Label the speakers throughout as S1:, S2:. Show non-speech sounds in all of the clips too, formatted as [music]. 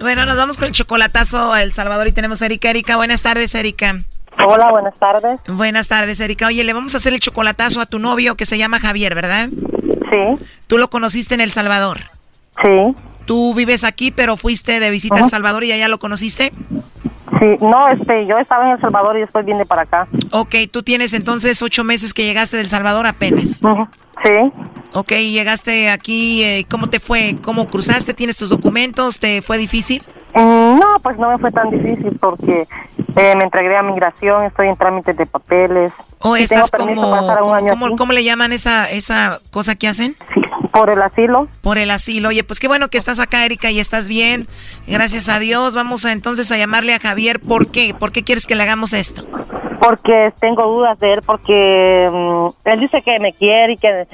S1: Bueno, nos vamos con el chocolatazo a El Salvador y tenemos a Erika. Erika, buenas tardes, Erika.
S2: Hola, buenas tardes.
S1: Buenas tardes, Erika. Oye, le vamos a hacer el chocolatazo a tu novio que se llama Javier, ¿verdad?
S2: Sí,
S1: Tú lo conociste en El Salvador.
S2: sí,
S1: Tú vives aquí, pero fuiste de visita a El Salvador y allá lo conociste.
S2: sí. No, este, yo estaba en El Salvador y después vine para acá.
S1: Ok, tú tienes entonces ocho meses que llegaste del Salvador apenas.
S2: Ujú. Sí,
S1: Ok, llegaste aquí, eh, ¿cómo te fue? ¿Cómo cruzaste? ¿Tienes tus documentos? ¿Te fue difícil?
S2: Mm, no, pues no me fue tan difícil porque eh, me entregué a migración, estoy en trámites de papeles.
S1: ¿O
S2: Y
S1: estás
S2: tengo permiso
S1: como,
S2: para estar un año
S1: ¿cómo,
S2: aquí
S1: cómo le llaman esa, esa cosa que hacen?
S2: por el asilo.
S1: Por el asilo. Oye, pues qué bueno que estás acá, Erika, y estás bien. Gracias a Dios. Vamos a, entonces a llamarle a Javier. ¿Por qué? ¿Por qué quieres que le hagamos esto?
S2: porque tengo dudas de él porque mm, él dice que me quiere y que,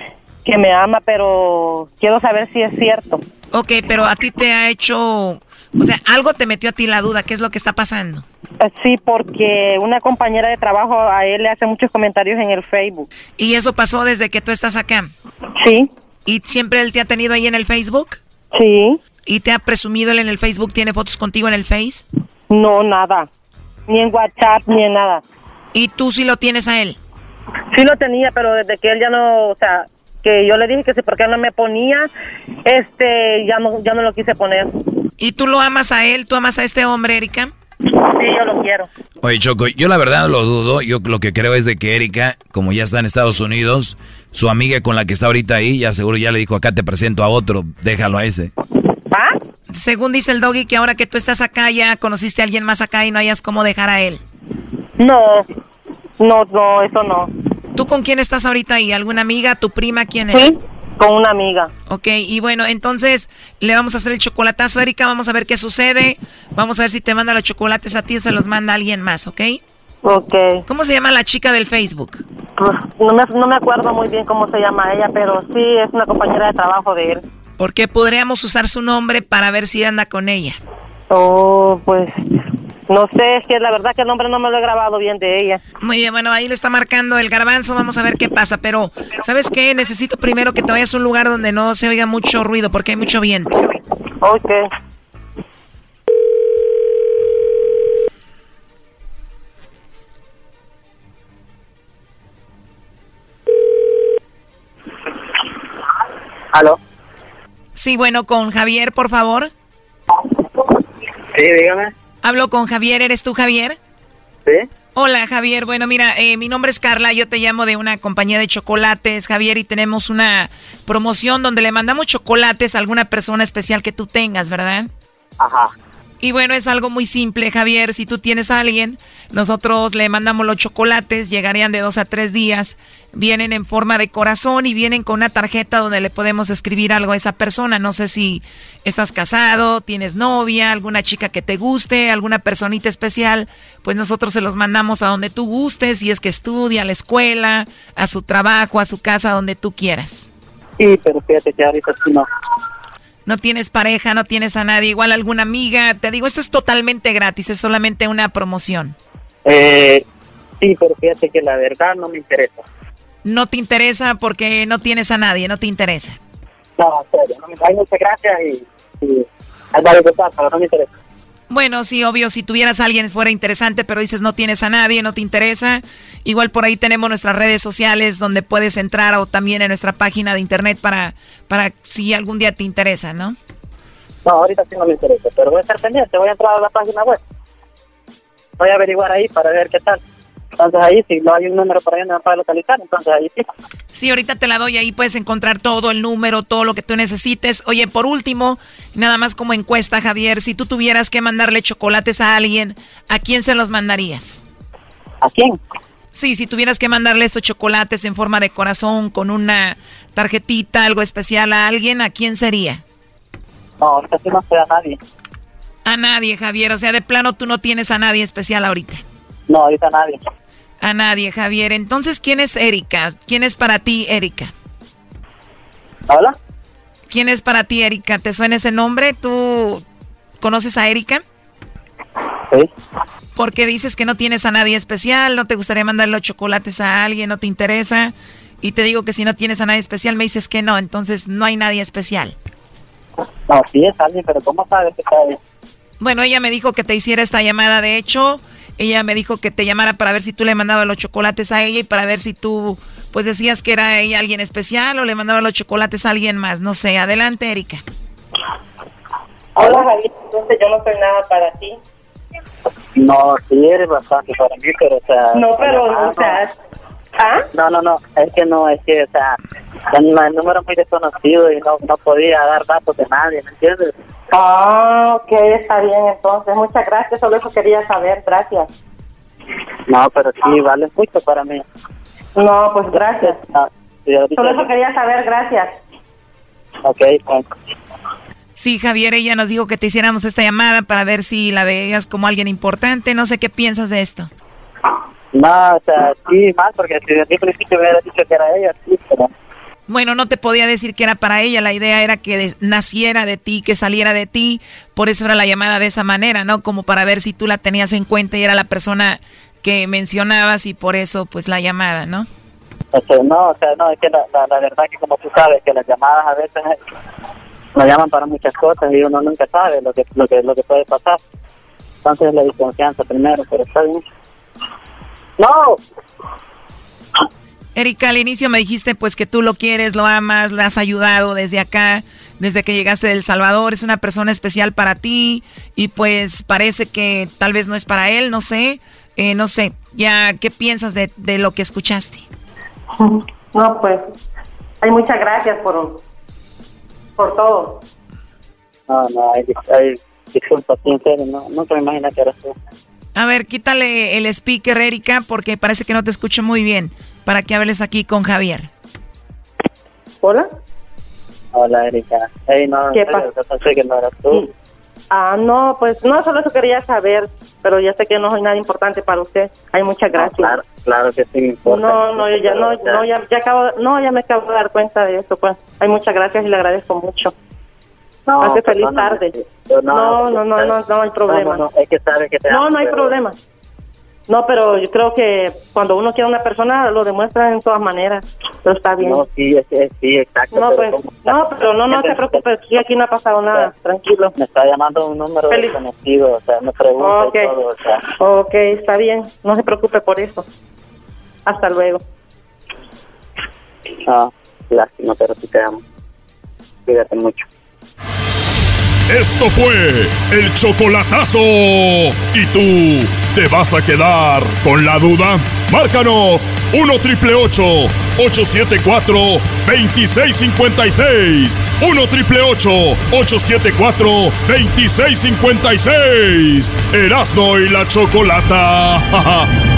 S2: que me ama, pero quiero saber si es cierto.
S1: Ok, pero a ti te ha hecho... O sea, algo te metió a ti la duda. ¿Qué es lo que está pasando?
S2: Eh, Sí, porque una compañera de trabajo a él le hace muchos comentarios en el Facebook.
S1: Y eso pasó desde que tú estás acá.
S2: Sí,
S1: ¿Y siempre él te ha tenido ahí en el Facebook?
S2: sí,
S1: ¿Y te ha presumido él en el Facebook? ¿Tiene fotos contigo en el Face?
S2: no, nada. Ni en WhatsApp, ni en nada.
S1: ¿Y tú sí lo tienes a él?
S2: Sí lo tenía, pero desde que él ya no, o sea, que yo le dije que si porque él no me ponía, este, ya no, ya no lo quise poner.
S1: ¿Y tú lo amas a él? ¿Tú amas a este hombre, Erika?
S2: Sí, yo lo quiero.
S3: Oye, Choco, yo la verdad lo dudo. Yo lo que creo es de que Erika, como ya está en Estados Unidos, su amiga con la que está ahorita ahí, ya seguro ya le dijo, acá te presento a otro, déjalo a ese.
S2: ¿Ah?
S1: Según dice el doggy, que ahora que tú estás acá ya conociste a alguien más acá y no hayas cómo dejar a él.
S2: No, no, no, eso no.
S1: ¿Tú con quién estás ahorita ahí? ¿Alguna amiga? ¿Tu prima? ¿Quién es?
S2: Sí, con una amiga.
S1: Ok, y bueno, entonces le vamos a hacer el chocolatazo, Erika. Vamos a ver qué sucede. Vamos a ver si te manda los chocolates a ti o se los manda alguien más, ¿ok?
S2: Ok.
S1: ¿Cómo se llama la chica del Facebook?
S2: Pues, No me, no me acuerdo muy bien cómo se llama ella, pero sí es una compañera de trabajo de él.
S1: Porque podríamos usar su nombre para ver si anda con ella.
S2: Oh, pues no sé, es que la verdad que el nombre no me lo he grabado bien de ella.
S1: Muy bien, bueno, ahí le está marcando el garbanzo, vamos a ver qué pasa, pero ¿sabes qué? Necesito primero que te vayas a un lugar donde no se oiga mucho ruido porque hay mucho viento.
S2: Ok.
S4: ¿Aló?
S1: Sí, bueno, con Javier, por favor.
S4: Sí, dígame.
S1: Hablo con Javier, ¿eres tú Javier?
S4: ¿Sí?
S1: Hola Javier, bueno mira, eh, mi nombre es Carla, yo te llamo de una compañía de chocolates, Javier, y tenemos una promoción donde le mandamos chocolates a alguna persona especial que tú tengas, ¿verdad?
S4: Ajá.
S1: Y bueno, es algo muy simple, Javier. Si tú tienes a alguien, nosotros le mandamos los chocolates, llegarían de dos a tres días, vienen en forma de corazón y vienen con una tarjeta donde le podemos escribir algo a esa persona. No sé si estás casado, tienes novia, alguna chica que te guste, alguna personita especial, pues nosotros se los mandamos a donde tú gustes, si es que estudia, a la escuela, a su trabajo, a su casa, donde tú quieras.
S4: Sí, pero fíjate que ahorita sí no.
S1: No tienes pareja, no tienes a nadie, igual alguna amiga. Te digo, esto es totalmente gratis, es solamente una promoción.
S4: Eh, sí, pero fíjate que la verdad no me interesa.
S1: No te interesa porque no tienes a nadie, no te interesa.
S4: No, en serio, no me interesa. Muchas gracias y... y ahí va a disfrutar, ah, pero no me interesa.
S1: Bueno, sí, obvio, si tuvieras a alguien fuera interesante, pero dices no tienes a nadie, no te interesa. Igual por ahí tenemos nuestras redes sociales donde puedes entrar o también en nuestra página de internet para, para si algún día te interesa, ¿no?
S4: No, ahorita sí no me interesa, pero voy a estar pendiente. Voy a entrar a la página web. Voy a averiguar ahí para ver qué tal. Entonces ahí, si no hay un número por ahí no me puede localizar, entonces ahí sí.
S1: Sí, ahorita te la doy, ahí puedes encontrar todo el número, todo lo que tú necesites. Oye, por último, nada más como encuesta, Javier, si tú tuvieras que mandarle chocolates a alguien, ¿a quién se los mandarías?
S4: ¿A quién?
S1: Sí, si tuvieras que mandarle estos chocolates en forma de corazón, con una tarjetita, algo especial a alguien, ¿a quién sería?
S4: No, ahorita sí no sé a nadie.
S1: A nadie, Javier. O sea, de plano tú no tienes a nadie especial ahorita.
S4: No, ahorita nadie.
S1: A nadie, Javier. Entonces, ¿quién es Erika? ¿Quién es para ti, Erika?
S4: ¿Hola?
S1: ¿Quién es para ti, Erika? ¿Te suena ese nombre? ¿Tú conoces a Erika?
S4: Sí.
S1: Porque dices que no tienes a nadie especial, no te gustaría mandar los chocolates a alguien, no te interesa. Y te digo que si no tienes a nadie especial, me dices que no, entonces no hay nadie especial.
S4: No, sí es alguien, pero ¿cómo sabes que está bien?
S1: Bueno, ella me dijo que te hiciera esta llamada, de hecho, ella me dijo que te llamara para ver si tú le mandabas los chocolates a ella y para ver si tú, pues decías que era ella alguien especial o le mandabas los chocolates a alguien más, no sé. Adelante, Erika.
S5: Hola Javier, entonces yo no soy nada para ti.
S4: No, sí eres bastante para mí, pero o sea...
S5: No, pero,
S4: ah, no.
S5: o sea, ¿ah?
S4: No, no, no, es que no, es que, o sea, el, el número es muy desconocido y no, no podía dar datos de nadie, ¿me entiendes?
S5: Ah, ok, está bien, entonces, muchas gracias, solo eso quería saber, gracias.
S4: No, pero sí, vale mucho para mí.
S5: No, pues gracias.
S4: No, sí, ahorita-
S5: Solo eso quería saber, gracias. [laughs]
S4: ok, pues,
S1: Sí, Javier, ella nos dijo que te hiciéramos esta llamada para ver si la veías como alguien importante. No sé qué piensas de esto.
S4: no, o sea, sí, mal, porque si desde el principio hubiera dicho que era ella, sí, pero...
S1: Bueno, no te podía decir que era para ella, la idea era que des- naciera de ti, que saliera de ti, por eso era la llamada de esa manera, ¿no? Como para ver si tú la tenías en cuenta y era la persona que mencionabas y por eso pues la llamada, ¿no?
S4: O sea, no, o sea, no, es que la, la, la verdad que como tú sabes, que las llamadas a veces nos llaman para muchas cosas y uno nunca sabe lo que lo que, lo que puede pasar. Entonces la desconfianza primero, pero está bien. ¡No!
S1: Erika, al inicio me dijiste pues que tú lo quieres, lo amas, le has ayudado desde acá, desde que llegaste de El Salvador, es una persona especial para ti y pues parece que tal vez no es para él, no sé, eh, no sé, ya, ¿qué piensas de, de lo que escuchaste?
S5: No, pues, hay muchas gracias por, por todo.
S4: No, no, hay, hay disculpa, sí, en serio, no, nunca me imaginé que eras tú.
S1: A ver, quítale el speaker, Erika, porque parece que no te escucho muy bien, para que hables aquí con Javier.
S5: ¿Hola?
S4: Hola, Erika. Ey, no, en
S5: ¿Qué
S4: serio, yo pensé que no eras tú.
S5: Ah, no, pues, no, solo eso quería saber, pero ya sé que no soy nada importante para usted. Hay muchas
S4: No,
S5: gracias.
S4: Ah, claro, claro que sí me importa.
S5: No, no, yo ya no,
S4: O sea,
S5: no, ya, ya acabo, no, ya me acabo de dar cuenta de eso, pues. Hay muchas gracias y le agradezco mucho.
S4: No,
S5: Hace feliz
S4: perdóname,
S5: tarde.
S4: sí.
S5: No, no, no, no, no hay problema.
S4: No, no, es que sabes que te
S5: No,
S4: amo,
S5: no hay
S4: pero-
S5: problema. No, pero yo creo que cuando uno quiere a una persona lo demuestra en todas maneras, pero está bien.
S4: No, sí, es, es- sí, exacto.
S5: No,
S4: pero
S5: pues,
S4: ¿cómo está?
S5: no, pero no, no se preocupe, sí, aquí no ha pasado nada, tranquilo.
S4: Me está llamando un número
S5: Feliz.
S4: desconocido, o sea, me pregunta
S5: Ok,
S4: y todo, o sea.
S5: ok, está bien, no se preocupe por eso. Hasta luego.
S4: No, ah, lástima, pero sí te amo. Cuídate mucho.
S6: Esto fue el chocolatazo. ¿Y tú te vas a quedar con la duda? Márcanos 1 triple 874 2656. 1 triple 874 2656. Erasno y la chocolata. [laughs]